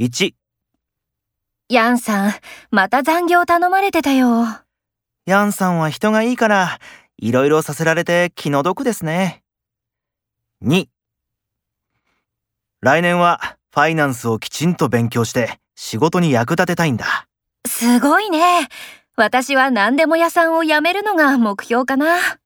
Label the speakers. Speaker 1: 1、
Speaker 2: ヤンさん、また残業頼まれてたよ。
Speaker 1: ヤンさんは人がいいから、いろいろさせられて気の毒ですね。2、来年はファイナンスをきちんと勉強して仕事に役立てたいんだ。
Speaker 2: すごいね。私は何でも屋さんを辞めるのが目標かな。